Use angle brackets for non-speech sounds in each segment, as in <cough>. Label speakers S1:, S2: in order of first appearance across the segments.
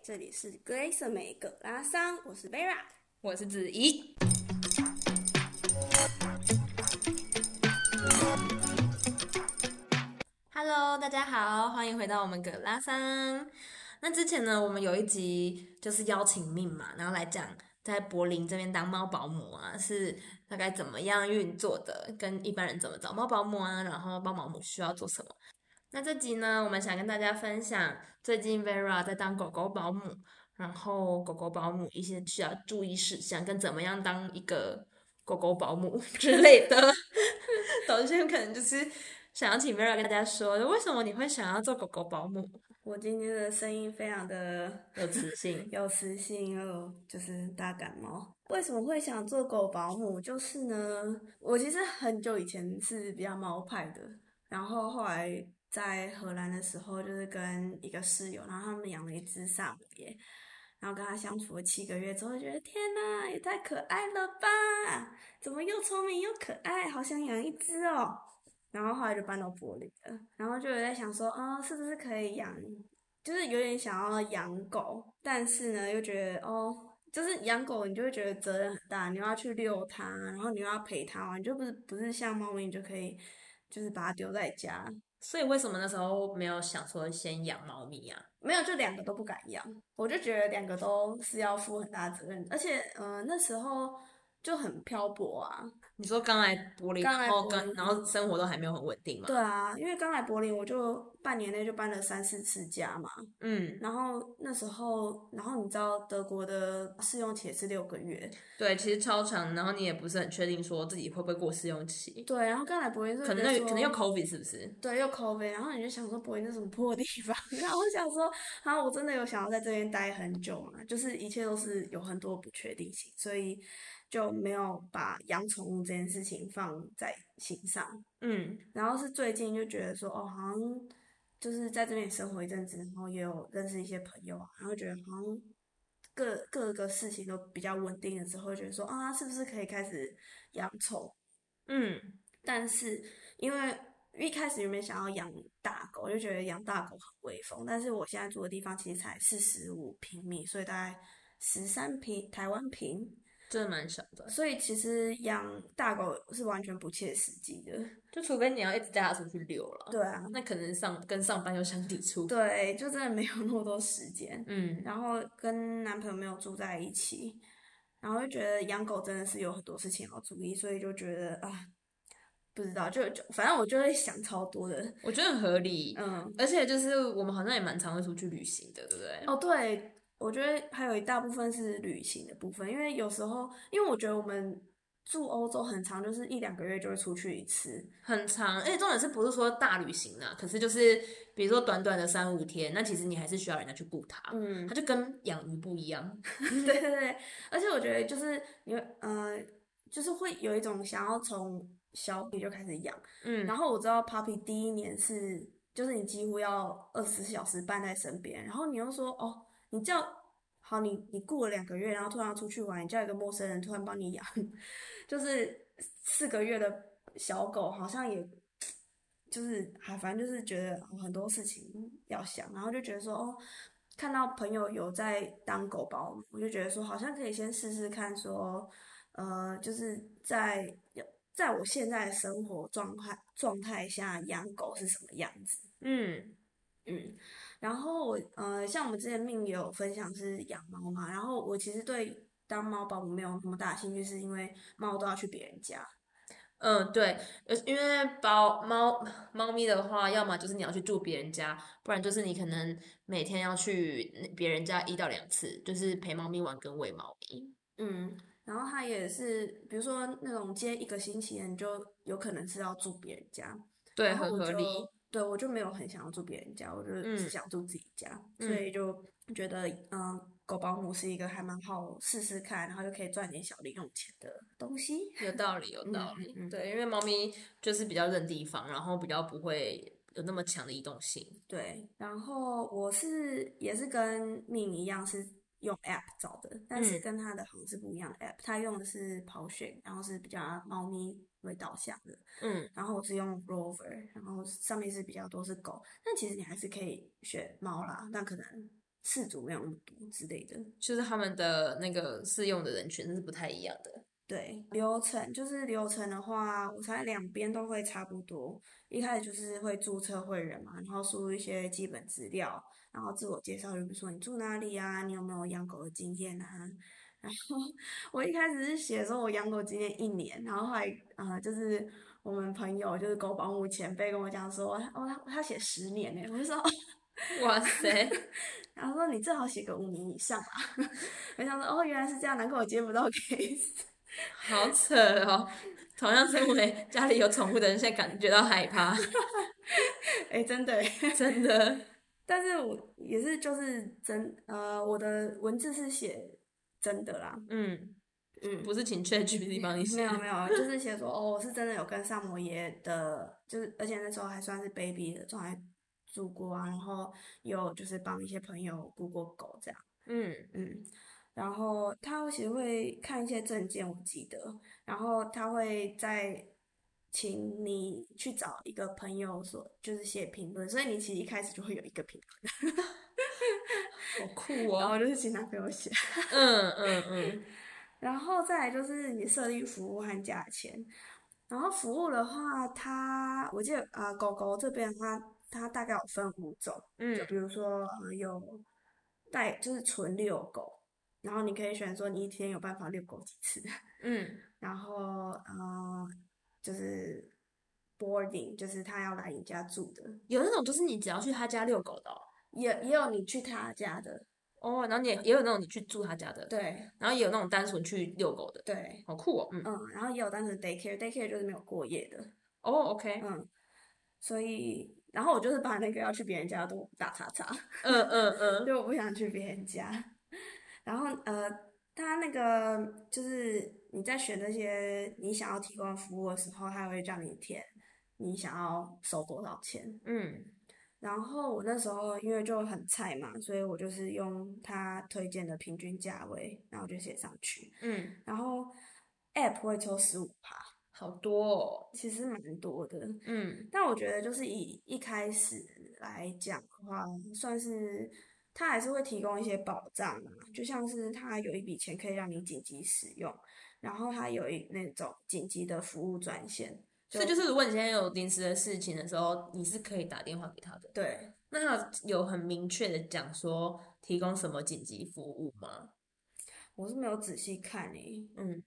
S1: 这里是 Grace 美葛拉桑，我是 Vera。
S2: 我是子怡。Hello，大家好，欢迎回到我们葛拉桑。那之前呢，我们有一集就是邀请命嘛，然后来讲在柏林这边当猫保姆啊，是大概怎么样运作的，跟一般人怎么找猫保姆啊，然后猫保姆需要做什么。那这集呢，我们想跟大家分享最近 Vera 在当狗狗保姆，然后狗狗保姆一些需要注意事项，跟怎么样当一个狗狗保姆 <laughs> 之类的。首先，可能就是想要请 Vera 跟大家说，为什么你会想要做狗狗保姆？
S1: 我今天的声音非常的，
S2: 有磁性
S1: 有磁性，又就是大感冒。为什么会想做狗保姆？就是呢，我其实很久以前是比较猫派的，然后后来在荷兰的时候，就是跟一个室友，然后他们养了一只萨摩耶，然后跟他相处了七个月之后，就觉得天呐，也太可爱了吧！怎么又聪明又可爱，好想养一只哦。然后后来就搬到柏林了，然后就有在想说，啊、是不是可以养，就是有点想要养狗，但是呢，又觉得哦，就是养狗你就会觉得责任很大，你又要去遛它，然后你又要陪它玩，你就不是不是像猫咪你就可以，就是把它丢在家，
S2: 所以为什么那时候没有想说先养猫咪啊？
S1: 没有，就两个都不敢养。我就觉得两个都是要负很大责任的，而且，嗯、那时候就很漂泊啊。
S2: 你说刚来柏林，
S1: 刚来
S2: 然后
S1: 柏
S2: 跟
S1: 林
S2: 然后生活都还没有很稳定嘛？
S1: 对啊，因为刚来柏林，我就半年内就搬了三四次家嘛。
S2: 嗯，
S1: 然后那时候，然后你知道德国的试用期也是六个月，
S2: 对，其实超长，然后你也不是很确定说自己会不会过试用期，
S1: 对。然后刚来柏林就
S2: 可能
S1: 觉得
S2: 那可
S1: 说
S2: 能又 COVID 是不是？
S1: 对，又 COVID，然后你就想说柏林这什么破地方？ <laughs> 然后我想说，啊，我真的有想要在这边待很久嘛？就是一切都是有很多不确定性，所以就没有把养宠物这件事情放在心上。
S2: 嗯，
S1: 然后是最近就觉得说，哦，好像就是在这边也生活一阵子，然后也有认识一些朋友啊，然后觉得好像各各个事情都比较稳定了之后，觉得说啊，是不是可以开始养宠物
S2: 嗯，
S1: 但是因为一开始原本想要养大狗，就觉得养大狗很威风，但是我现在住的地方其实才四十五平米，所以大概十三平台湾平，
S2: 真的蛮小的，
S1: 所以其实养大狗是完全不切实际的。
S2: 就除非你要一直带它出去溜了，
S1: 对啊，
S2: 那可能上跟上班又相抵触。
S1: 对，就真的没有那么多时间。
S2: 嗯，
S1: 然后跟男朋友没有住在一起，然后就觉得养狗真的是有很多事情要注意，所以就觉得啊，不知道，就就反正我就会想超多的，
S2: 我觉得很合理。
S1: 嗯。
S2: 而且就是我们好像也蛮常会出去旅行的，对不对？
S1: 哦，对，我觉得还有一大部分是旅行的部分，因为有时候，因为我觉得我们住欧洲很长，就是一两个月就会出去一次。
S2: 很长，而且重点是不是说大旅行啊？可是就是比如说短短的三五天，那其实你还是需要人家去顾它，
S1: 嗯，
S2: 它就跟养鱼不一样。
S1: 对 <laughs> 对对，而且我觉得就是你会，呃，就是会有一种想要从小你就开始养。
S2: 嗯，
S1: 然后我知道 Papi 第一年是，就是你几乎要二十四小时伴在身边，然后你又说哦，你叫好你你过了两个月，然后突然要出去玩，你叫一个陌生人突然帮你养， <laughs> 就是四个月的小狗好像也。就是还反正就是觉得很多事情要想，然后就觉得说哦，看到朋友有在当狗保姆，我就觉得说好像可以先试试看说，呃，就是在在我现在的生活状态状态下养狗是什么样子。
S2: 嗯，
S1: 嗯，然后我呃，像我们之前命也有分享是养猫嘛，然后我其实对当猫保姆没有那么大兴趣，是因为猫都要去别人家。
S2: 嗯，对，呃，因为包猫猫咪的话，要么就是你要去住别人家，不然就是你可能每天要去别人家一到两次，就是陪猫咪玩跟喂猫咪。
S1: 嗯，然后它也是，比如说那种接一个星期的，你就有可能是要住别人家。
S2: 对，
S1: 然后
S2: 很
S1: 我
S2: 合
S1: 就
S2: 理。
S1: 对我就没有很想要住别人家，我就只
S2: 嗯
S1: 想住自己家，
S2: 嗯
S1: 所以就觉得嗯、呃狗保姆是一个还蛮好试试看，然后又可以赚点小零用钱的东西。
S2: 有道理，有
S1: 嗯
S2: 道
S1: 嗯
S2: 理。
S1: 嗯
S2: 对，因为猫咪就是比较认地方，然后比较不会有那么强的移动性。
S1: 对，然后我是也是跟命一样是用 app 找的，但是
S2: 嗯
S1: 跟他的好像是不一样的 app，他用的是跑选，然后是比较猫咪为导向的，
S2: 嗯，
S1: 然后我是用 Rover，然后上面是比较多是狗，但其实你还是可以选猫啦，那可能饲主没有那么多之类的。
S2: 就是他们的那个适用的人群是不太一样
S1: <laughs>
S2: 的。
S1: 对，流程就是流程的话，我猜两边都会差不多。一开始就是会注册会员嘛，然后输入一些基本资料，然后自我介绍，就比如说你住哪里啊，你有没有养狗的经验啊。然后我一开始是写说我养狗经验一年，然后后来呃，就是我们朋友就是狗保姆前辈跟我讲说，哦，他他写十年呢，我就说。哦
S2: 哇塞，
S1: 然后说你最好写个五年以上啊， <laughs> 我想说哦原来是这样，难怪我接不到 case。
S2: 好扯哦！同样身为家里有宠物的人，现在感觉到害怕，
S1: 哎，真的耶， <laughs>
S2: 真的。
S1: 但是我也是就是真呃，我的文字是写真的啦，
S2: 嗯，
S1: <laughs> 嗯，
S2: 不是请 ChatGPT 帮你
S1: 没
S2: 写
S1: 有。没有，就是写说哦，我是真的有跟萨摩耶的，就是而且那时候还算是 baby 的状态住过啊，然后有就是帮一些朋友雇过狗这样。
S2: 嗯，
S1: 嗯，然后他其实会看一些证件，我记得，然后他会再请你去找一个朋友所，就是写评论，所以你其实一开始就会有一个评论，
S2: 好酷
S1: 然
S2: 哦。
S1: 后就是请他朋友写，
S2: 嗯嗯
S1: <laughs>
S2: 嗯，
S1: 然后再来就是你设定服务和价钱，然后服务的话，它我记得啊、呃狗狗这边的话，它大概有分五种。就
S2: 嗯
S1: 比如说、呃、有带就是纯遛狗，然后你可以选说你一天有办法遛狗几次，
S2: 嗯
S1: 然后呃就是 boarding，就是他要来你家住的，
S2: 有那种就是你只要去他家遛狗的哦，
S1: 也也有你去他家的，
S2: 哦，然后你也也有那种你去住他家的，
S1: 对
S2: 然后也有那种单纯去遛狗的，
S1: 对，
S2: 好酷哦。嗯，
S1: 嗯，然后也有单纯 daycare，daycare 就是没有过夜的，
S2: 哦，OK，
S1: 嗯，所以然后我就是把那个要去别人家都打叉 <laughs> 叉。
S2: 嗯嗯嗯，
S1: 就我不想去别人家。然后呃，他那个就是你在选这些你想要提供的服务的时候，他会让你填你想要收多少钱。
S2: 嗯
S1: 然后我那时候因为就很菜嘛，所以我就是用他推荐的平均价位，然后就写上去。
S2: 嗯，
S1: 然后 App 会抽十五趴，
S2: 好多哦。
S1: 其实蛮多的。
S2: 嗯
S1: 但我觉得就是以一开始来讲的话，算是它还是会提供一些保障啊，就像是它有一笔钱可以让你紧急使用，然后它有一那种紧急的服务专线，
S2: 所以就是，如果你现在有临时的事情的时候，你是可以打电话给他的。
S1: 对，
S2: 那他有有很明确的讲说提供什么紧急服务吗？
S1: 我是没有仔细看诶，
S2: 嗯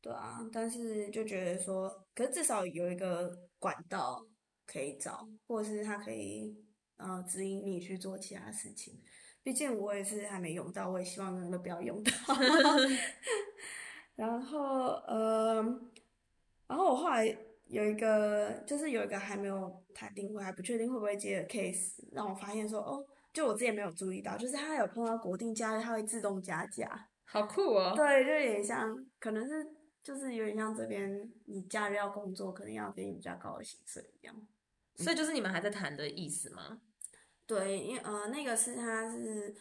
S1: 对啊，但是就觉得说，可是至少有一个管道可以找，或者是它可以呃指引你去做其他事情。毕竟我也是还没用到，我也希望真的不要用到。 <laughs> 然后呃，然后我后来有一个，就是有一个还没有谈定位，还不确定会不会接的 case，让我发现说，哦，就我自己也没有注意到，就是它有碰到国定假日，它会自动加价，
S2: 好酷哦！
S1: 对，就有点像，可能是就是有点像这边你假日要工作，可能要给你比较高的薪水一样。
S2: 所以就是你们还在谈的意思吗？
S1: 对，因为呃，那个是它是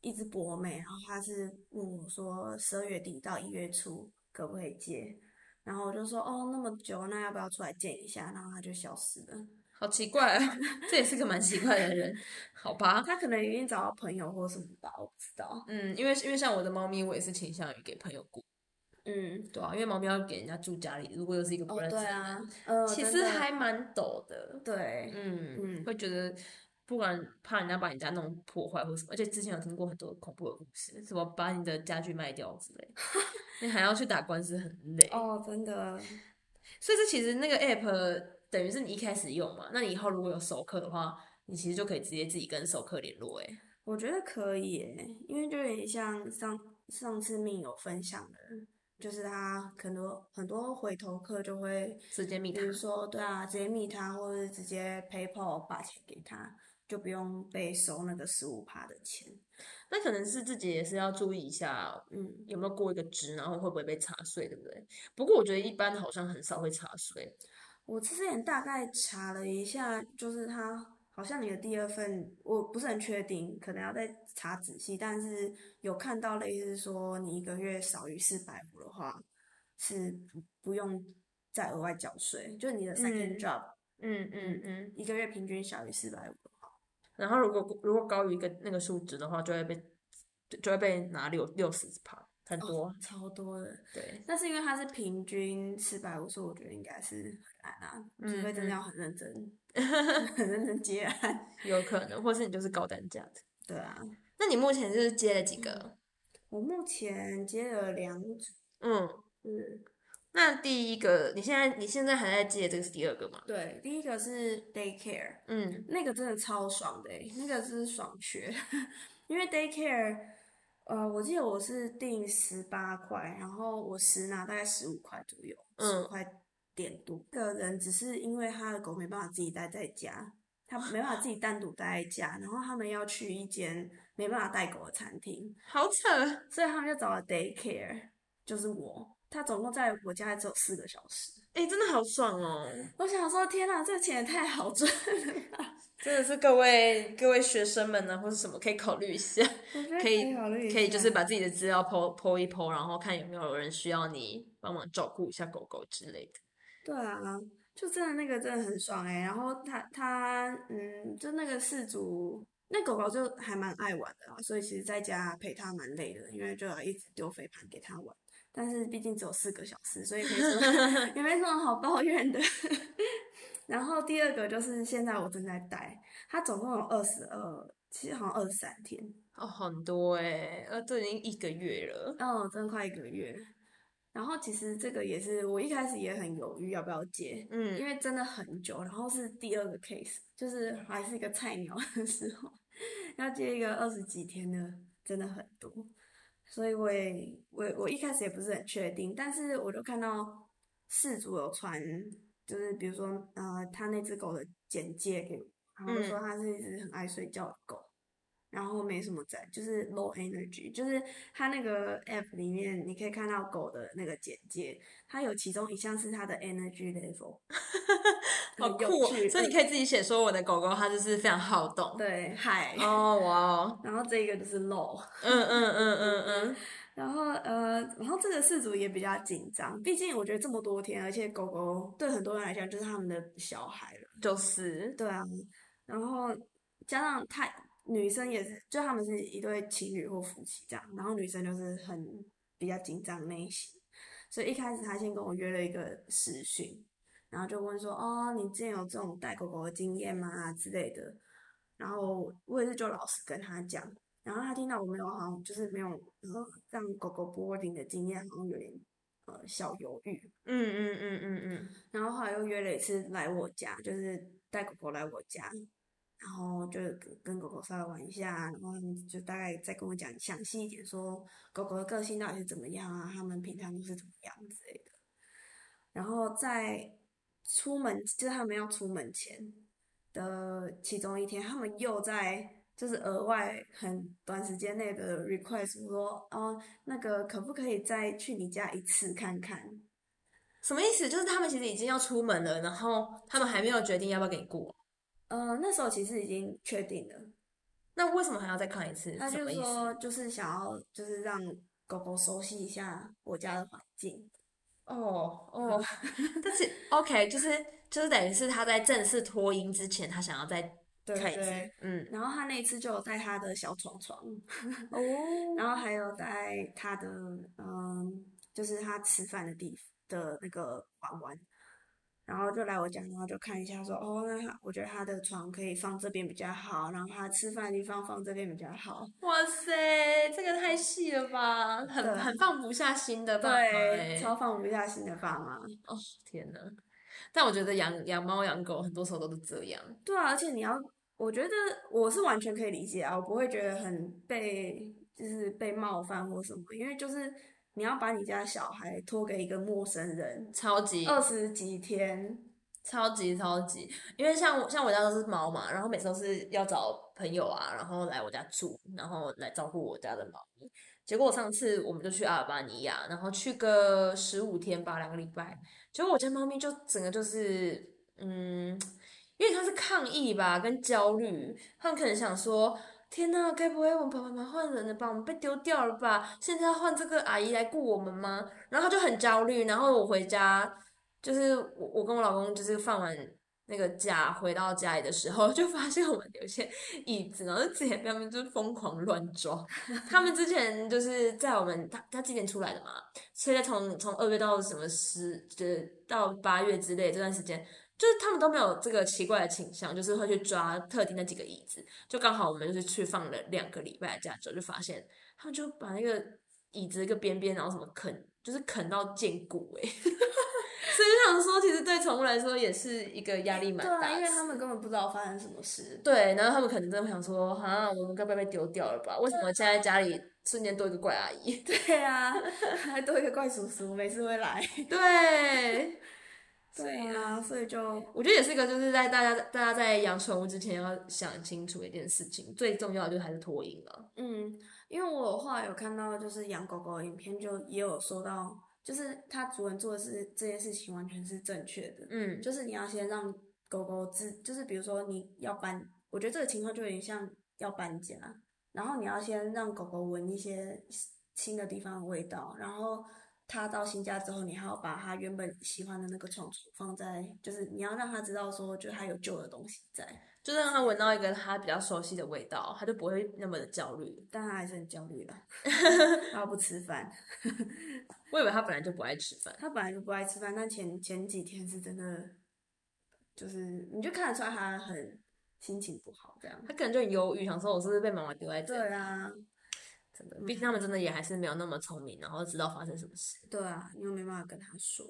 S1: 一只博美，然后他是问我说十二月底到一月初可不可以接，然后我就说哦那么久，那要不要出来见一下？然后他就消失了。
S2: 好奇怪啊， <laughs> 这也是个蛮奇怪的人，好吧？
S1: 他可能已经找到朋友或什么吧，我不知道。
S2: 嗯，因为因为像我的猫咪，我也是倾向于给朋友顾，
S1: 嗯，
S2: 对啊，因为猫咪要给人家住家里，如果又是一个
S1: 哦
S2: 不认识
S1: 对
S2: 的人，
S1: 啊，呃，
S2: 其
S1: 真
S2: 实
S1: 的
S2: 还蛮陡的，
S1: 对，
S2: 嗯
S1: 嗯
S2: 会觉得不管怕人家把你家弄破坏或什么，而且之前有听过很多恐怖的故事，什么把你的 <laughs> 家具卖掉之类，你还要去打官司，很累。
S1: 哦真的，
S2: 所以这其实那个 app 等于是你一开始用嘛，那你以后如果有熟客的话，你其实就可以直接自己跟熟客联络、欸。哎，
S1: 我觉得可以耶，因为就有点像上上次命有分享的，就是他很多很多回头客就会。
S2: 直接密
S1: 比
S2: 他。
S1: 如说，对啊，直接密他，或者是直接 PayPal 把钱给他，就不用被收那个十五趴的钱。
S2: 那可能是自己也是要注意一下
S1: 嗯，
S2: 有没有过一个值，然后会不会被查税，对不对？不过我觉得一般好像很少会查税。
S1: 我之前大概查了一下，就是他好像你的第二份，我不是很确定，可能要再查仔细，但是有看到类似说你一个月少于四百五的话，是不不用再额外缴税，就你的 second
S2: 嗯
S1: job、
S2: 嗯嗯嗯，
S1: 一个月平均小于四百五的话，
S2: 然后如果如果高于一个那个数值的话，就会被就就会被拿六六十趴，很多。
S1: 超多的。
S2: 对，
S1: 但是因为它是平均四百五，所以我觉得应该是很难啊，除
S2: 嗯
S1: 非真的
S2: 嗯
S1: 要很认
S2: <laughs>
S1: 真、很认真接案。
S2: 有可能，或是你就是高单价的。
S1: 对啊，
S2: 那你目前就是接了几个？
S1: 我目前接了两组，
S2: 嗯，
S1: 嗯，
S2: 那第一个，你现在你现在还在接这个是第二个吗？
S1: 对，第一个是 daycare，
S2: 嗯
S1: 那个真的超爽的欸、那个是爽学， <laughs> 因为 daycare，呃，我记得我是定十八块，然后我实拿大概十五块左右，十
S2: 嗯
S1: 五块点多。这个人只是因为他的狗没办法自己待在家，他没办法自己单独待在家，然后他们要去一间没办法带狗的餐厅，
S2: 好扯，
S1: 所以他们就找了 daycare，就是我。他总共在我家只有四个小时，
S2: 哎、真的好爽哦！
S1: 我想说，天哪，这钱也太好赚了吧！
S2: 真的是各位各位学生们呢，或是什么可以考虑一下，
S1: 我觉得
S2: 可以
S1: 考虑一
S2: 可以就是
S1: 下
S2: 把自己的资料剖剖一剖，然后看有没有人需要你帮忙照顾一下狗狗之类的。
S1: 对啊，就真的那个真的很爽哎、然后他他嗯，就那个饲主，那狗狗就还蛮爱玩的啊，所以其实在家陪它蛮累的，因为就要一直丢飞盘给它玩。但是毕竟只有四个小时，所以没什么 <laughs> 也没什么好抱怨的。 <laughs> 然后第二个就是现在我正在带，它总共有二十二，其实好像二十三天，
S2: 哦，很多哎、呃，都已经一个月了。
S1: 嗯，真的快一个月。然后其实这个也是我一开始也很犹豫要不要接，因
S2: 嗯，
S1: 为真的很久，然后是第二个 case，就是还是一个菜鸟的时候， <laughs> 要接一个二十几天的，真的很多，所以我也我我一开始也不是很确定，但是我就看到事主有传，就是比如说呃他那只狗的简介给我，然后就说它是一只很爱睡觉的狗。然后没什么在，就是 low energy，就是它那个 app 里面你可以看到狗的那个简介，它有其中一项是它的 energy
S2: <laughs>
S1: level，
S2: 好
S1: 很
S2: 酷
S1: 有
S2: 哦、
S1: 趣
S2: 所以
S1: 嗯
S2: 你可以自己写说我的狗狗它就是非常好动。
S1: 对 high，、
S2: 哦，哇
S1: <laughs>
S2: 哦，
S1: 然后这个就是 low，
S2: 嗯嗯嗯嗯嗯，
S1: 然后呃，然后这个事主也比较紧张，毕竟我觉得这么多天，而且狗狗对很多人来讲就是他们的小孩了，
S2: 就是，
S1: 对啊，然后加上他女生也是，就他们是一对情侣或夫妻这样，然后女生就是很比较紧张类型，所以一开始他先跟我约了一个视讯，然后就问说：“哦，你之前有这种带狗狗的经验吗？”之类的。然后我也是就老实跟他讲，然后他听到我没有好像就是没有呃让狗狗波领的经验，好像有点呃小犹豫，
S2: 嗯嗯嗯嗯嗯，
S1: 然后后来又约了一次来我家，就是带狗狗来我家，然后就跟跟狗狗稍微玩一下，啊然后他们就大概再跟我讲详细一点，说狗狗的个性到底是怎么样啊，它们平常都是怎么样之类的。然后在出门，就是他们要出门前的其中一天，他们又在。就是额外很短时间内的 request 说，哦，那个可不可以再去你家一次看看？
S2: 什么意思？就是他们其实已经要出门了，然后他们还没有决定要不要给你过，
S1: 呃，那时候其实已经确定了，
S2: 那为什么还要再看一次？
S1: 他
S2: 什
S1: 就
S2: 么意思？
S1: 说就是想要就是让狗狗熟悉一下我家的环境，
S2: 哦哦，
S1: 嗯 <laughs>
S2: 但是 OK，就是就是等于是他在正式脱音之前，他想要再
S1: 对
S2: 看一次
S1: 对。，
S2: 嗯，
S1: 然后他那一次就有带他的小床床，
S2: 哦，
S1: 然后还有带他的嗯，就是他吃饭的地的那个玩玩，然后就来我家，然后就看一下说哦，那他我觉得他的床可以放这边比较好，然后他吃饭的地方放这边比较好，
S2: 哇塞，这个太细了吧，
S1: 对
S2: 很很放不下心的爸妈
S1: 对，
S2: 欸
S1: 超放不下心的爸妈。
S2: 哦，天哪！但我觉得养养猫养狗很多时候都是这样，
S1: 对啊，而且你要，我觉得我是完全可以理解啊，我不会觉得很被就是被冒犯或什么，因为就是你要把你家小孩托给一个陌生人
S2: 超级
S1: 二十几天，
S2: 超级超级，因为像我像我家都是猫嘛，然后每次都是要找朋友啊，然后来我家住，然后来照顾我家的猫咪。结果我上次我们就去阿尔巴尼亚，然后去个十五天吧，两个礼拜。结果我家猫咪就整个就是，嗯，因为它是抗议吧，跟焦虑，他们可能想说。天呐，该不会我们爸爸妈妈换人了吧？我们被丢掉了吧？现在要换这个阿姨来顾我们吗？然后他就很焦虑。然后我回家，就是我我跟我老公就是放完那个家回到家里的时候， <laughs> 就发现我们有一些椅子，然后就直接被他们就疯狂乱抓。他们之前就是在我们他他几点出来的嘛，所以在从从二月到什么十，就是到八月之类这段时间，就是他们都没有这个奇怪的倾向，就是会去抓特定那几个椅子。就刚好我们就是去放了两个礼拜的假之后，就发现他们就把那个椅子一个边边，然后什么啃，就是啃到见骨哎、欸。 <laughs> 所以就想说，其实对宠物来说也是一个压力蛮
S1: 对啊，
S2: 大
S1: 因
S2: 的
S1: 为。他们根本不知道发生什么事。 <laughs>
S2: 对，然后他们可能真的会想说，哈，我们该不会被丢掉了吧？为什么现在家里瞬间多一个怪阿姨？
S1: 对啊，还多一个怪叔叔，每次会来。
S2: <laughs>
S1: <laughs>
S2: 对，
S1: 对啊，所以就
S2: 我觉得也是一个，就是在大家大家在养宠物之前要想清楚一件事情，最重要的就是还是脱啊音了。
S1: 嗯，因为我后来有看到就是养狗狗的影片，就也有说到，就是它主人做的事这件事情完全是正确的。
S2: 嗯，
S1: 就是你要先让狗狗自，就是比如说你要搬，我觉得这个情况就有点像要搬家，然后你要先让狗狗闻一些新的地方的味道，然后它到新家之后，你还要把它原本喜欢的那个宠物放在，就是你要让它知道说，就它有旧的东西在，
S2: 就是让它闻到一个它比较熟悉的味道，它就不会那么的焦虑。
S1: 但它还是很焦虑 <laughs> 啦，它不吃饭，
S2: 我以为它本来就不爱吃饭。
S1: 它本来就不爱吃饭，但前前几天是真的，就是你就看得出来它很心情不好这样。
S2: 它可能就很忧郁，想说我是不是被妈妈丢在这里？
S1: 对啊，
S2: 真的，毕竟他们真的也还是没有那么聪明，然后知道发生什么事。
S1: 对啊，你又没办法跟他说。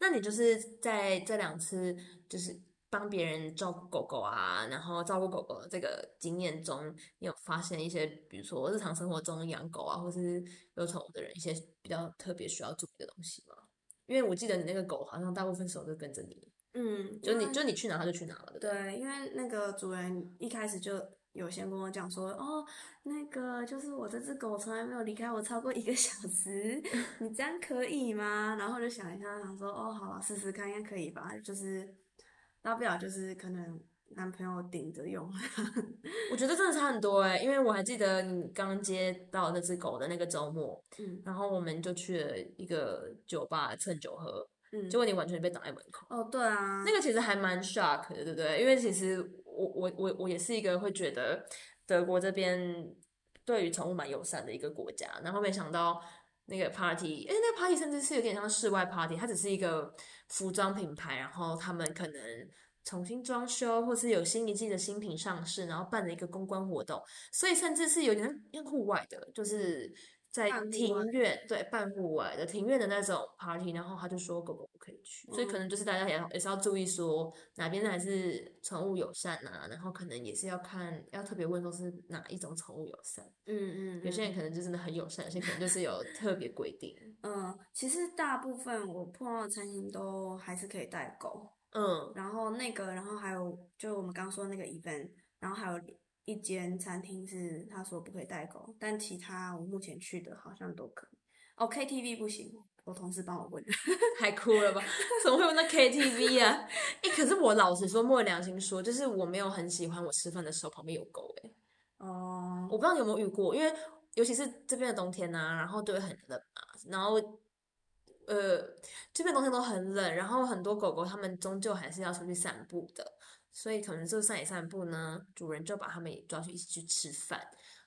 S2: 那你就是在这两次就是帮别人照顾狗狗啊，然后照顾狗狗的这个经验中，你有发现一些，比如说日常生活中养狗啊，或是有宠物的人一些比较特别需要注意的东西吗？因为我记得你那个狗好像大部分时候都跟着你，
S1: 嗯，
S2: 就
S1: 因
S2: 你
S1: 为
S2: 就你去哪它就去哪了，对不对？
S1: 对，因为那个主人一开始就有先跟我讲说，哦，那个就是我这只狗从来没有离开我超过一个小时，你这样可以吗？然后我就想一下，想说，哦，好啊，试试看，应该可以吧？就是大不了就是可能男朋友顶着用， <laughs>
S2: 我觉得真的差很多哎、因为我还记得你刚接到那只狗的那个周末，
S1: 嗯
S2: 然后我们就去了一个酒吧蹭酒喝，
S1: 嗯
S2: 结，果你完全被挡在门口。
S1: 哦，对啊，
S2: 那个其实还蛮 shock 的，对不对？因为其实我我我我也是一个会觉得德国这边对于宠物蛮友善的一个国家，然后没想到那个 party，哎，那个 party 甚至是有点像室外 party，它只是一个服装品牌，然后他们可能。重新装修，或是有新一季的新品上市，然后办了一个公关活动，所以甚至是有点像像户外的，就是在
S1: 半户
S2: 庭
S1: 外
S2: 院，对，半户外的庭院的那种 party，然后他就说狗狗不可以去，所以可
S1: 嗯
S2: 能就是大家也要也是要注意说哪边才是宠物友善啊，然后可能也是要看要特别问说是哪一种宠物友善，
S1: 嗯嗯，
S2: 有
S1: 嗯
S2: 些人可能就真的很友善，有些可能就是有特别规定，
S1: 嗯，其实大部分我碰到的餐厅都还是可以带狗。
S2: 嗯
S1: 然后那个，然后还有就我们刚说的那个 event，然后还有一间餐厅是他说不可以带狗，但其他我目前去的好像都可以。哦，KTV 不行，我同事帮我问。 <laughs>
S2: 太酷了吧？怎么会问到 KTV 啊？哎、可是我老实说，摸着良心说，就是我没有很喜欢我吃饭的时候旁边有狗、欸，
S1: 哦，
S2: 我不知道你有没有遇过，因为尤其是这边的冬天呐、然后就会很冷啊，然后呃，这边冬天都很冷，然后很多狗狗它们终究还是要出去散步的，所以可能就散一散步呢，主人就把它们也抓去一起去吃饭。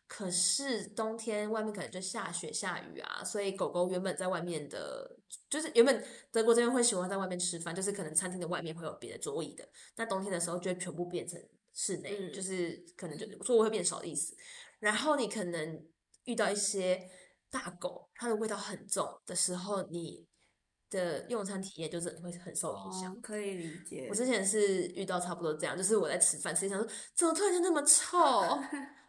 S2: 可是冬天外面可能就下雪下雨啊，所以狗狗原本在外面的，就是原本德国这边会喜欢在外面吃饭，就是可能餐厅的外面会有别的桌椅的，那冬天的时候就会全部变成室内，
S1: 嗯
S2: 就是可能就座位会变少的意思。然后你可能遇到一些大狗，它的味道很重的时候，你的用餐体验就是会很受影响。
S1: 哦，可以理解
S2: 我。之前是遇到差不多这样，就是我在吃饭，吃一想说怎么突然间那么臭，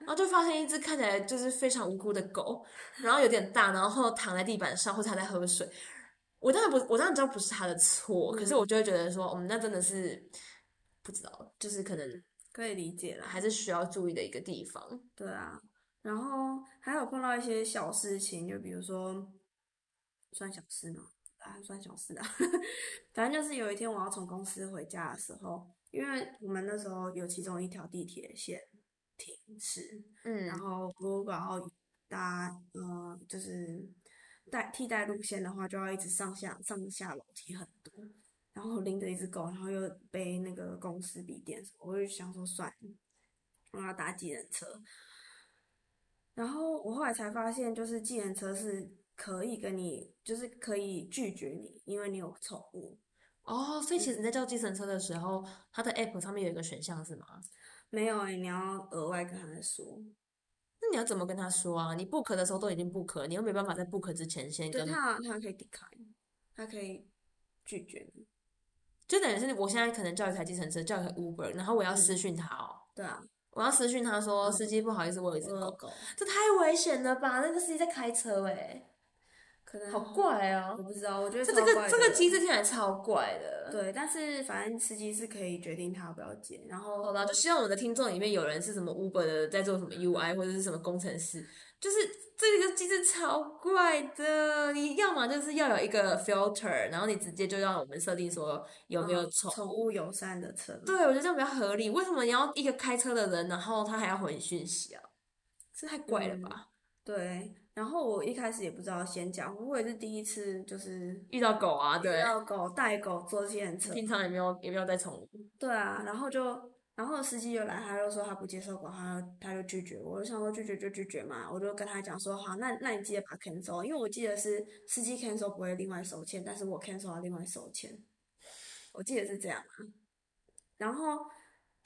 S2: 然后就发现一只看起来就是非常无辜的狗，然后有点大，然后躺在地板上或者它在喝水。我当然不，我当然知道不是它的错，可是我就会觉得说，嗯，那真的是不知道，就是可能
S1: 可以理解啦，
S2: 还是需要注意的一个地方。嗯
S1: 对啊。然后还有碰到一些小事情，就比如说，算小事吗？啊，算小事啊。 <laughs> 反正就是有一天我要从公司回家的时候，因为我们那时候有其中一条地铁线停驶，
S2: 嗯
S1: 然后如果要搭呃就是代替代路线的话，就要一直上下上下楼梯很多。然后拎着一只狗，然后又背那个公司笔电什么，我就想说算了，我要搭计程车。然后我后来才发现，就是计程车是可以跟你，就是可以拒绝你，因为你有宠物。
S2: 哦，所以其实你在叫计程车的时候，它的 app 上面有一个选项是吗？
S1: 没有欸，你要额外跟他说，
S2: 那你要怎么跟他说啊？你 book 的时候都已经 book 了，你又没办法在 book 之前先
S1: 对
S2: 跟，
S1: 他，他可以 decline，他可以拒绝你。
S2: 就等于是我现在可能叫一台计程车，叫一台 Uber，然后我要私讯他哦，
S1: 对啊，
S2: 我要私讯他说，
S1: 嗯
S2: 司机不好意思，我有一只
S1: 我有
S2: 狗，
S1: 狗
S2: 这太危险了吧？那个司机在开车诶，
S1: 可能
S2: 好怪哦，
S1: 我不知道，我觉得
S2: 这
S1: 嗯超
S2: 这个
S1: 怪
S2: 这个
S1: 的
S2: 机制听起来超怪的。
S1: 对，但是反正司机是可以决定他要不要接，然
S2: 好
S1: 后
S2: 啦，就希望我们的听众里面有人是什么 Uber 的，在做什么 UI 或者是什么工程师，就是这个机制超怪的。你要么就是要有一个 filter，然后你直接就让我们设定说有没有
S1: 嗯
S2: 宠。
S1: 宠物友善的车，
S2: 对，我觉得这样比较合理。为什么你要一个开车的人，然后他还要回讯息啊？这太怪了吧！
S1: 嗯对。然后我一开始也不知道先讲，我也是第一次就是
S2: 遇到狗啊，
S1: 嗯遇
S2: 对，
S1: 到狗带狗坐计程车，
S2: 平常也没有也没有带
S1: <laughs>
S2: 宠物。
S1: 对啊，然后就，然后司机就来，他就说他不接受狗，他就他就拒绝我，我就想说拒绝就拒绝嘛，我就跟他讲说好，那那你记得把它 cancel，因为我记得是司机 cancel 不会另外收钱，但是我 cancel 要另外收钱，我记得是这样啊。然后，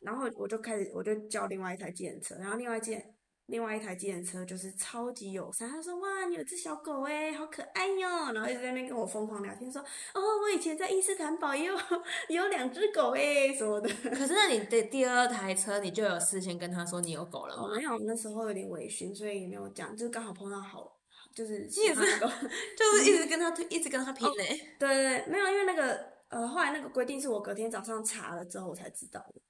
S1: 然后我就开始我就叫另外一台计程车，然后另外一件另外一台计程车就是超级友善，他说哇你有只小狗诶、好可爱哟、然后一直在那边跟我疯狂聊天说哦我以前在伊斯坦堡也有也 <laughs> 有两只狗诶、什么的。
S2: 可是那你的第二台车，你就有事先跟他说你有狗了
S1: 哦，
S2: 吗？
S1: 没有，那时候有点微醺，所以也没有讲，就刚好碰到好，就是
S2: 你
S1: 喜
S2: 也
S1: 欢的
S2: 是
S1: 狗。 <laughs>
S2: 就
S1: 嗯
S2: 是一直跟他推，一直跟他拼呢、
S1: 对对对，没有，因为那个呃，后来那个规定是我隔天早上查了之后我才知道的。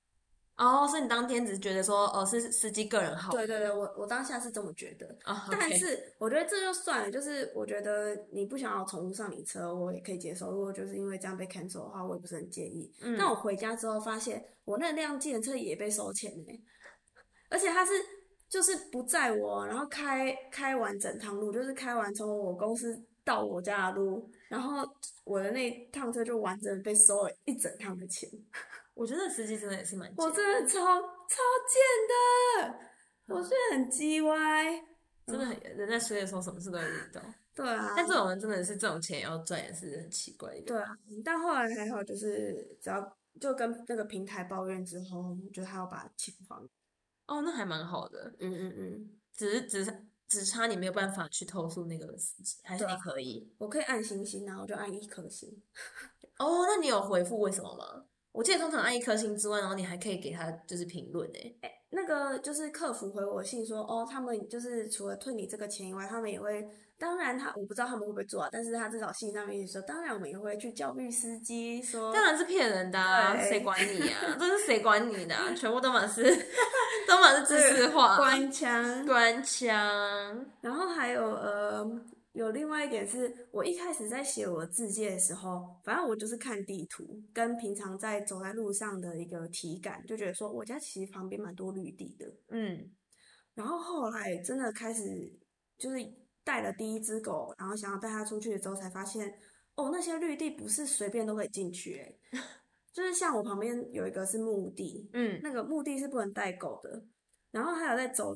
S2: 哦，所以你当天只是觉得说，哦，是司机个人好
S1: 对对对，我我当下是这么觉得，
S2: 啊、o
S1: 但
S2: k
S1: 是我觉得这就算了，就是我觉得你不想要宠物上你车，我也可以接受。如果就是因为这样被 cancel 的话，我也不是很介意。
S2: 嗯
S1: 但我回家之后发现，我那辆计程车也被收钱呢、而且它是就是不载我，然后开开完整趟路，就是开完从我公司到我家的路，然后我的那一趟车就完整地被收了一整趟的钱，
S2: 我觉得司机真的也是蛮贱的，
S1: 我真的超超贱的，我是很鸡歪。
S2: 真的很人在衰的时候，什么事都会遇到。
S1: 对啊，
S2: 但这种人真的是这种钱也要赚，也是很奇怪的一个。
S1: 对啊，但后来还好，就是只要就跟那个平台抱怨之后，就他要把钱还。
S2: 哦，那还蛮好的，
S1: 嗯嗯嗯，
S2: 只是只是只差你没有办法去投诉那个司机，还是
S1: 对
S2: 你
S1: 啊
S2: 可以。
S1: 我可以按星星，然后就按一颗星。
S2: 哦，那你有回复为什么吗？我记得通常按一颗星之外，然后你还可以给他就是评论欸诶。
S1: 那个就是客服回我信说，哦，他们就是除了退你这个钱以外，他们也会，当然他我不知道他们会不会做啊，但是他至少信上面一直说，当然我们也会去教育司机说，
S2: 当然是骗人的啊，
S1: 哦对
S2: 谁管你啊？这是谁管你的
S1: <laughs>
S2: 啊？全部都满是 <laughs> 都满是知识化。
S1: 官腔。
S2: 官腔，
S1: 然后还有呃，有另外一点是我一开始在写我的字界的时候，反正我就是看地图，跟平常在走在路上的一个体感，就觉得说我家其实旁边蛮多绿地的。
S2: 嗯，
S1: 然后后来真的开始就是带了第一只狗，然后想要带它出去之后，才发现哦，那些绿地不是随便都可以进去、欸，就是像我旁边有一个是墓地，
S2: 嗯，
S1: 那个墓地是不能带狗的，然后还有再走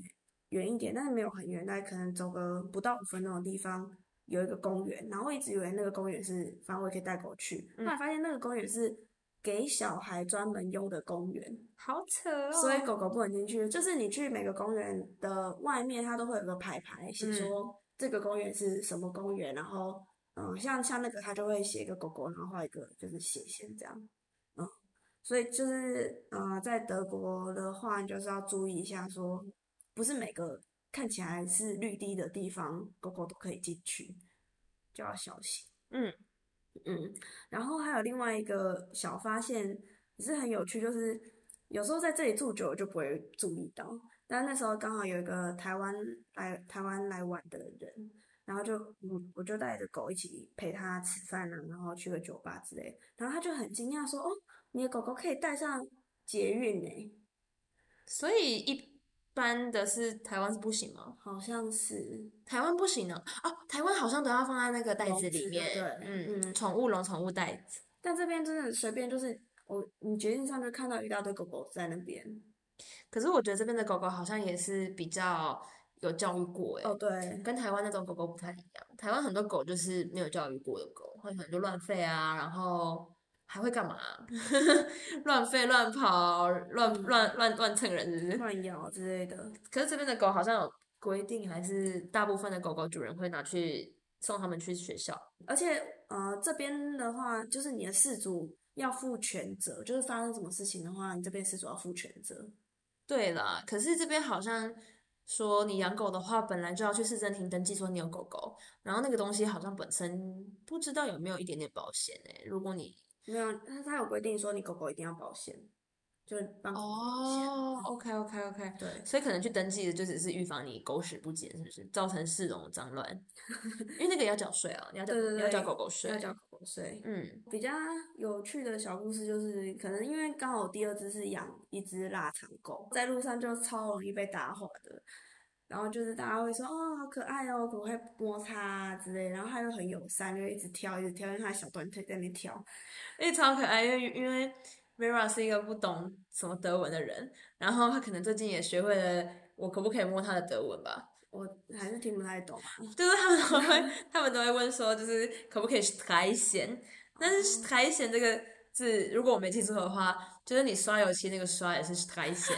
S1: 远一点，但是没有很远，大概可能走个不到五分钟的地方有一个公园，然后我一直以为那个公园是，反正我也可以带狗去，后
S2: 嗯
S1: 来发现那个公园是给小孩专门用的公园，
S2: 好扯哦。
S1: 所以狗狗不能进去。就是你去每个公园的外面，它都会有个牌牌，写说这个公园是什么公园，然后嗯，像像那个它就会写一个狗狗，然后画一个就是斜线这样，嗯，所以就是呃，在德国的话，你就是要注意一下说，不是每个看起来是绿地的地方，狗狗都可以进去，就要小心。
S2: 嗯
S1: 嗯，然后还有另外一个小发现也是很有趣，就是有时候在这里住久了就不会注意到，但那时候刚好有一个台湾来台湾来玩的人，然后就我我就带着狗一起陪他吃饭啊，然后去个酒吧之类，然后他就很惊讶说：“哦，你的狗狗可以带上捷运欸呢、
S2: 所以一般的是台湾是不行吗？
S1: 好像是。”
S2: 台湾哦不行呢、啊，台湾好像都要放在那个袋
S1: 笼
S2: 子里
S1: 子对
S2: 面，
S1: 不对
S2: 嗯
S1: 嗯
S2: 宠物笼、宠物袋子，
S1: 但这边真的随便就是我，你决定上就看到一大堆狗狗在那边。
S2: 可是我觉得这边的狗狗好像也是比较有教育过，
S1: 哦，
S2: 诶，
S1: 对，
S2: 跟台湾那种狗狗不太一样。台湾很多狗就是没有教育过的狗，它可能就乱吠啊，然后还会 <laughs> 干嘛？乱吠、乱跑、乱
S1: 嗯
S2: 乱乱乱蹭人，是不是？
S1: 乱咬之类的。
S2: 可是这边的狗好像有规定，还是大部分的狗狗主人会拿去送他们去学校。
S1: 而且呃，这边的话，就是你的事主要负全责，就是发生什么事情的话，你这边事主要负全责。
S2: 对啦，可是这边好像说你养狗的话，本来就要去市政厅登记说你有狗狗，然后那个东西好像本身不知道有没有一点点保险诶、如果你
S1: 没有，他他有规定说你狗狗一定要保险，就是帮狗狗保险。
S2: 哦，OK OK OK，
S1: 对，
S2: 所以可能去登记的就只是预防你狗屎不检，是不是造成市容脏乱？ <laughs> 因为那个也要缴税啊，你要缴
S1: 对对
S2: 你要缴
S1: 对
S2: 狗狗税
S1: 要，交狗狗税。
S2: 嗯，
S1: 比较有趣的小故事就是，可能因为刚好第二只是养一只腊肠狗，在路上就超容易被打滑的。然后就是大家会说哦，好可爱哦，可不可以摸它啊之类的，然后它就很友善，就一直挑，一直挑，用它的小短腿在那边挑。
S2: 因为超可爱，因为因为 Vera 是一个不懂什么德文的人，然后他可能最近也学会了我可不可以摸他的德文吧，
S1: 我还是听不太懂啊。
S2: 就是他们都
S1: <laughs>
S2: 会他们都会问说，就是可不可以苔藓，但
S1: 哦
S2: 是苔藓这个字，如果我没记错的话，就是你刷油漆那个刷也是苔藓。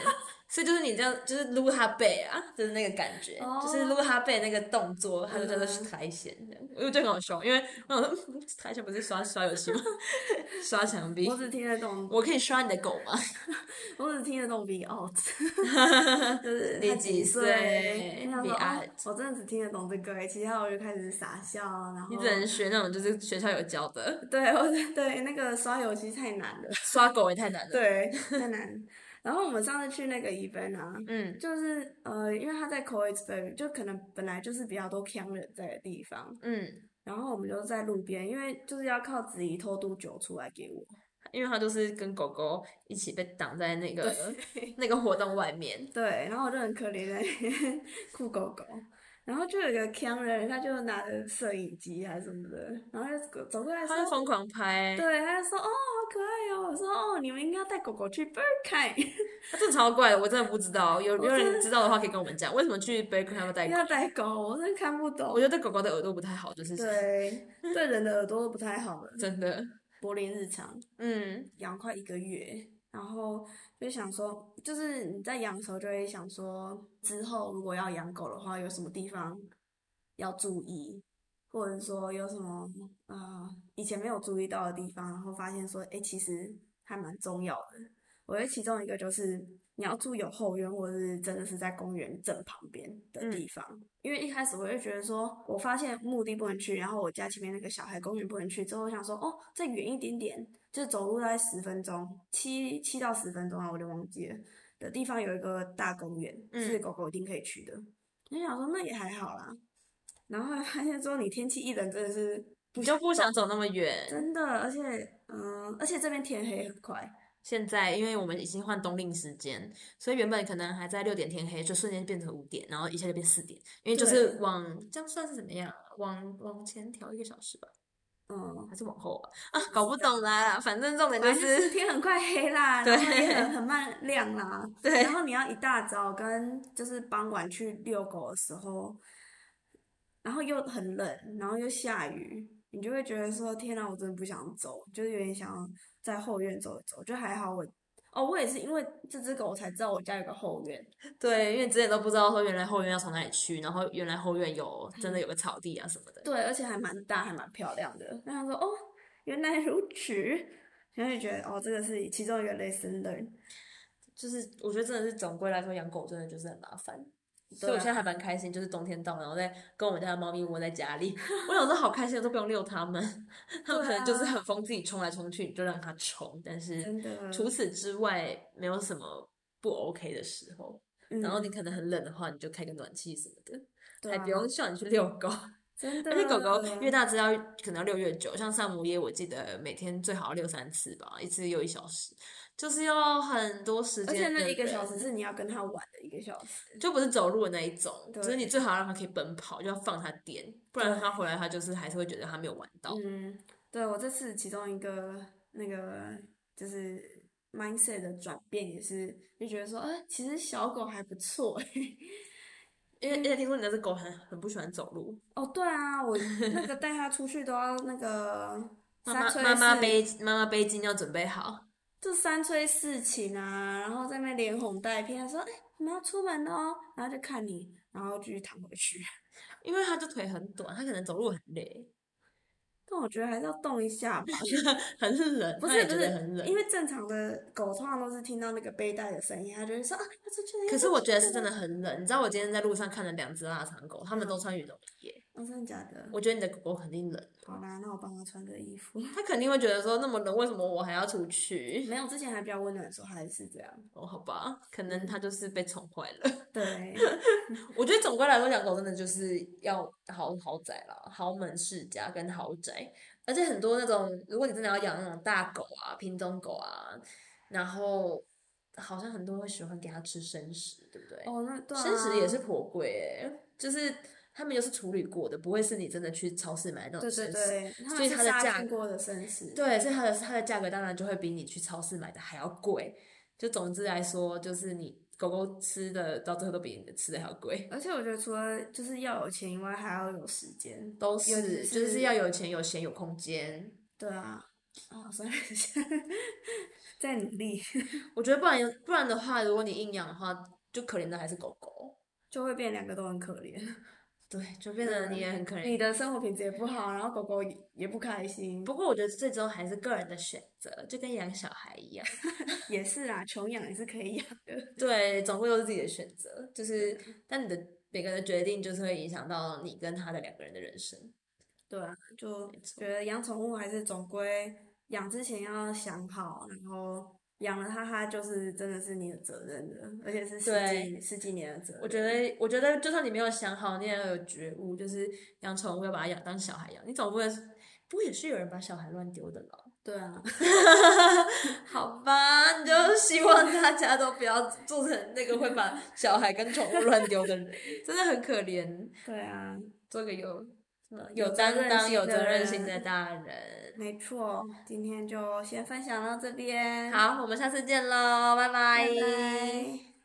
S2: 所以就是你这样，就是撸它背啊，就是那个感觉就是撸它背那个动作，它就叫做
S1: 哦嗯
S2: 苔藓这样。我就很好笑，因为我想说嗯苔藓不是刷刷油漆吗？ <laughs> 刷墙壁。
S1: 我只听得懂，
S2: 我可以刷你的狗吗？
S1: 哦我只听得懂 be out，就是 <laughs>
S2: <laughs> 你
S1: 他
S2: 几岁
S1: 岁？我想说
S2: be
S1: 哦
S2: out
S1: 我真的只听得懂这个欸，其他我就开始傻笑啊，然后
S2: 你只能学那种就是学校有教的，
S1: <laughs>
S2: <laughs>
S1: 对，我对那个刷油漆太难了，
S2: 刷狗也太难了。，
S1: 对，太难。然后我们上次去那个 event 啊，
S2: 嗯
S1: 就是呃，因为他在 c o e s b e r g 就可能本来就是比较多强人在的地方，
S2: 嗯，
S1: 然后我们就在路边，因为就是要靠子怡偷渡酒出来给我，
S2: 因为它就是跟狗狗一起被挡在那个那个活动外面，
S1: 对，然后我就很可怜的酷狗狗，然后就有一个强人，他就拿着摄影机还是什么的，然后就走过来
S2: 它会
S1: 说，
S2: 疯狂拍，
S1: 对，他就说哦，好可爱哦，我说哦，你们应该带狗狗去 Berkey，
S2: 它真的超怪的，我真的不知道。有
S1: 我
S2: 有
S1: 真
S2: 人
S1: 的
S2: 知道的话可以跟我们讲，为什么去 Baker 他们带
S1: <laughs>
S2: 狗？
S1: 要带狗，我真的看不懂
S2: 我，觉得对狗狗的耳朵不太好，就是
S1: 对，对人的耳朵都不太好了。
S2: 真的，
S1: 柏林日常
S2: 嗯
S1: 养快一个月，然后就想说，就是你在养的时候就会想说，之后如果要养狗的话，有什么地方要注意，或者说有什么呃以前没有注意到的地方，然后发现说，哎，其实还蛮重要的。我觉得其中一个就是你要住有后院，或者是真的是在公园正旁边的地方，因为一开始我就觉得说，我发现墓地不能去，然后我家前面那个小孩公园不能去，之后我想说，哦，再远一点点，就走路大概十分钟，七七到十分钟啊，我就忘记了的地方有一个大公园，是
S2: 嗯
S1: 狗狗一定可以去的。我就想说那也还好啦，然后后来发现说你天气一冷真的是
S2: 你就不想走那么远。
S1: 真的，而且嗯，而且这边天黑很快，
S2: 现在因为我们已经换冬令时间，所以原本可能还在六点天黑，就瞬间变成五点，然后一下就变四点，因为就是
S1: 对
S2: 往这样算是怎么样啊？往往前调一个小时吧，
S1: 嗯，
S2: 还是往后啊？ <laughs> 啊，搞不懂啦，反正重点就
S1: 反正就是
S2: 是
S1: 天很快黑啦，
S2: 对
S1: 然后也很很慢亮啦，
S2: 对
S1: 然后你要一大早跟就是傍晚去遛狗的时候，然后又很冷，然后又下雨，你就会觉得说天哪，我真的不想走，就是有点想要在后院走一走，就还好我。哦，我也是因为这只狗，我才知道我家有个后院。
S2: 对，因为之前都不知道说原来后院要从哪里去，然后原来后院有真的有个草地啊什么的。
S1: 对，而且还蛮大，还蛮漂亮的。那他说哦，原来如此，然后就觉得哦，这个是其中一个 lesson learn。
S2: 就是我觉得真的是总归来说，养狗真的就是很麻烦。所以我
S1: 对啊
S2: 现在还蛮开心，就是冬天到了，然后再跟我们家的猫咪窝在家里， <laughs> 我想说好开心，都不用遛它们， <laughs> 它们可能就是很疯，自己冲来冲去，你就让它冲。但是
S1: 啊真的，啊
S2: 除此之外，没有什么不 OK 的时候。
S1: 嗯
S2: 然后你可能很冷的话，你就开个暖气什么的，
S1: 对
S2: 还
S1: 啊
S2: 不用叫你去遛狗。
S1: 真的，
S2: 而且狗狗
S1: 啊
S2: 越大只要可能要遛越久，像上母夜，我记得每天最好要遛三次吧，一次遛一小时，就是要很多时
S1: 而且
S2: 间。
S1: 那一个小时是你要跟它玩的一个小时，
S2: 就不是走路的那一种，
S1: 对
S2: 就是你最好让它可以奔跑，就要放它电，不然
S1: 对哦嗯
S2: 它回来它就是还是会觉得它没有玩到。
S1: 嗯，对我这次其中一个那个就是 mindset 的转变，也是就觉得说，啊，其实小狗还不错、欸。 <laughs>
S2: 因为因为听说你那只狗很很不喜欢走路，
S1: 哦，对啊，我那个带它出去都要那个
S2: <laughs> 妈
S1: 三
S2: 妈
S1: 催
S2: 妈妈
S1: 四
S2: 背妈妈背巾要准备好。
S1: 就三催四请啊，然后在那边连哄带骗，说：“哎、我们要出门了哦。”然后就看你，然后继续躺回去。 <laughs>
S2: 因为它就腿很短，它可能走路很累，
S1: 但我觉得还是要动一下吧，
S2: 很冷，
S1: 不
S2: 它
S1: 是
S2: 也
S1: 不
S2: 觉得很
S1: 是，因
S2: 冷。
S1: 为正常的狗通常都是听到那个背带的声音，它就会说：“啊，要出去了。”
S2: 可是我觉得是真
S1: 的，
S2: 的很冷，你知道我今天在路上看了两只腊肠狗，它们
S1: 嗯
S2: 都穿羽绒衣耶，
S1: 哦，真的假的？
S2: 我觉得你的狗狗肯定冷，
S1: 好啦，那我帮它穿个衣服。 <laughs>
S2: 它肯定会觉得说那么冷，为什么我还要出去？
S1: 没有，之前还比较温暖的时候还是这样。
S2: 哦，好吧，可
S1: 嗯
S2: 能它就是被宠坏了。
S1: 对，
S2: 我觉得总归来说，养狗真的就是要豪豪宅啦，豪门世家跟豪宅，而且很多那种，如果你真的要养那种大狗啊、品种狗啊，然后好像很多人会喜欢给它吃生食，对不对？
S1: 哦，那对啊，
S2: 生食也是颇贵诶，就是他们又是处理过的，不会是你真的去超市买那种
S1: 对
S2: 生
S1: 对
S2: 食。
S1: 对，它
S2: 所
S1: 们
S2: 以
S1: 是
S2: 它的
S1: 杀
S2: 价
S1: 菌过的生食。
S2: 对，所以它的它的价格当然就会比你去超市买的还要贵。就总之来说，就是你狗狗吃的到最后都比你的吃的还要贵，
S1: 而且我觉得除了就是要有钱以外，还要有时间。
S2: 都
S1: 其
S2: 是就是
S1: 是
S2: 要有钱、有闲、有空间。
S1: 对啊，哦，所以 <laughs> 在努力，
S2: 我觉得不然不然的话，如果你硬养的话，就可怜的还是狗狗。
S1: 就会变两个都很可怜。
S2: 对，就变得你也很可怜。
S1: 你的生活品质也不好，然后狗狗也也不开心。
S2: 不过我觉得最终还是个人的选择，就跟养小孩 <laughs> 一样。
S1: 也是啦，穷养也是可以养的。
S2: 对，总会有自己的选择，就是但你的每个人的决定，就是会影响到你跟他的两个人的人生。
S1: 对啊，就
S2: 没错
S1: 觉得养宠物还是总归养之前要想好，然后养了它，它就是真的是你的责任的，而且是十
S2: 对
S1: 几十几年的责任。
S2: 我觉得，我觉得就算你没有想好，你也要有觉悟，就是养宠物要把它养当小孩养。你总不会，不过也是有人把小孩乱丢的啦。
S1: 对啊，
S2: 好吧，你就希望大家都不要做成那个会把小孩跟宠物乱丢的人， <laughs> 真的很可怜。
S1: 对啊，
S2: 做个有什么
S1: 有
S2: 有
S1: 责
S2: 担
S1: 任
S2: 当、
S1: 心
S2: 有
S1: 的
S2: 责任心
S1: 人
S2: 的大人。
S1: 没错。
S2: 嗯
S1: 今天就先分享到这边，，
S2: 好，我们下次见喽，拜
S1: 拜拜。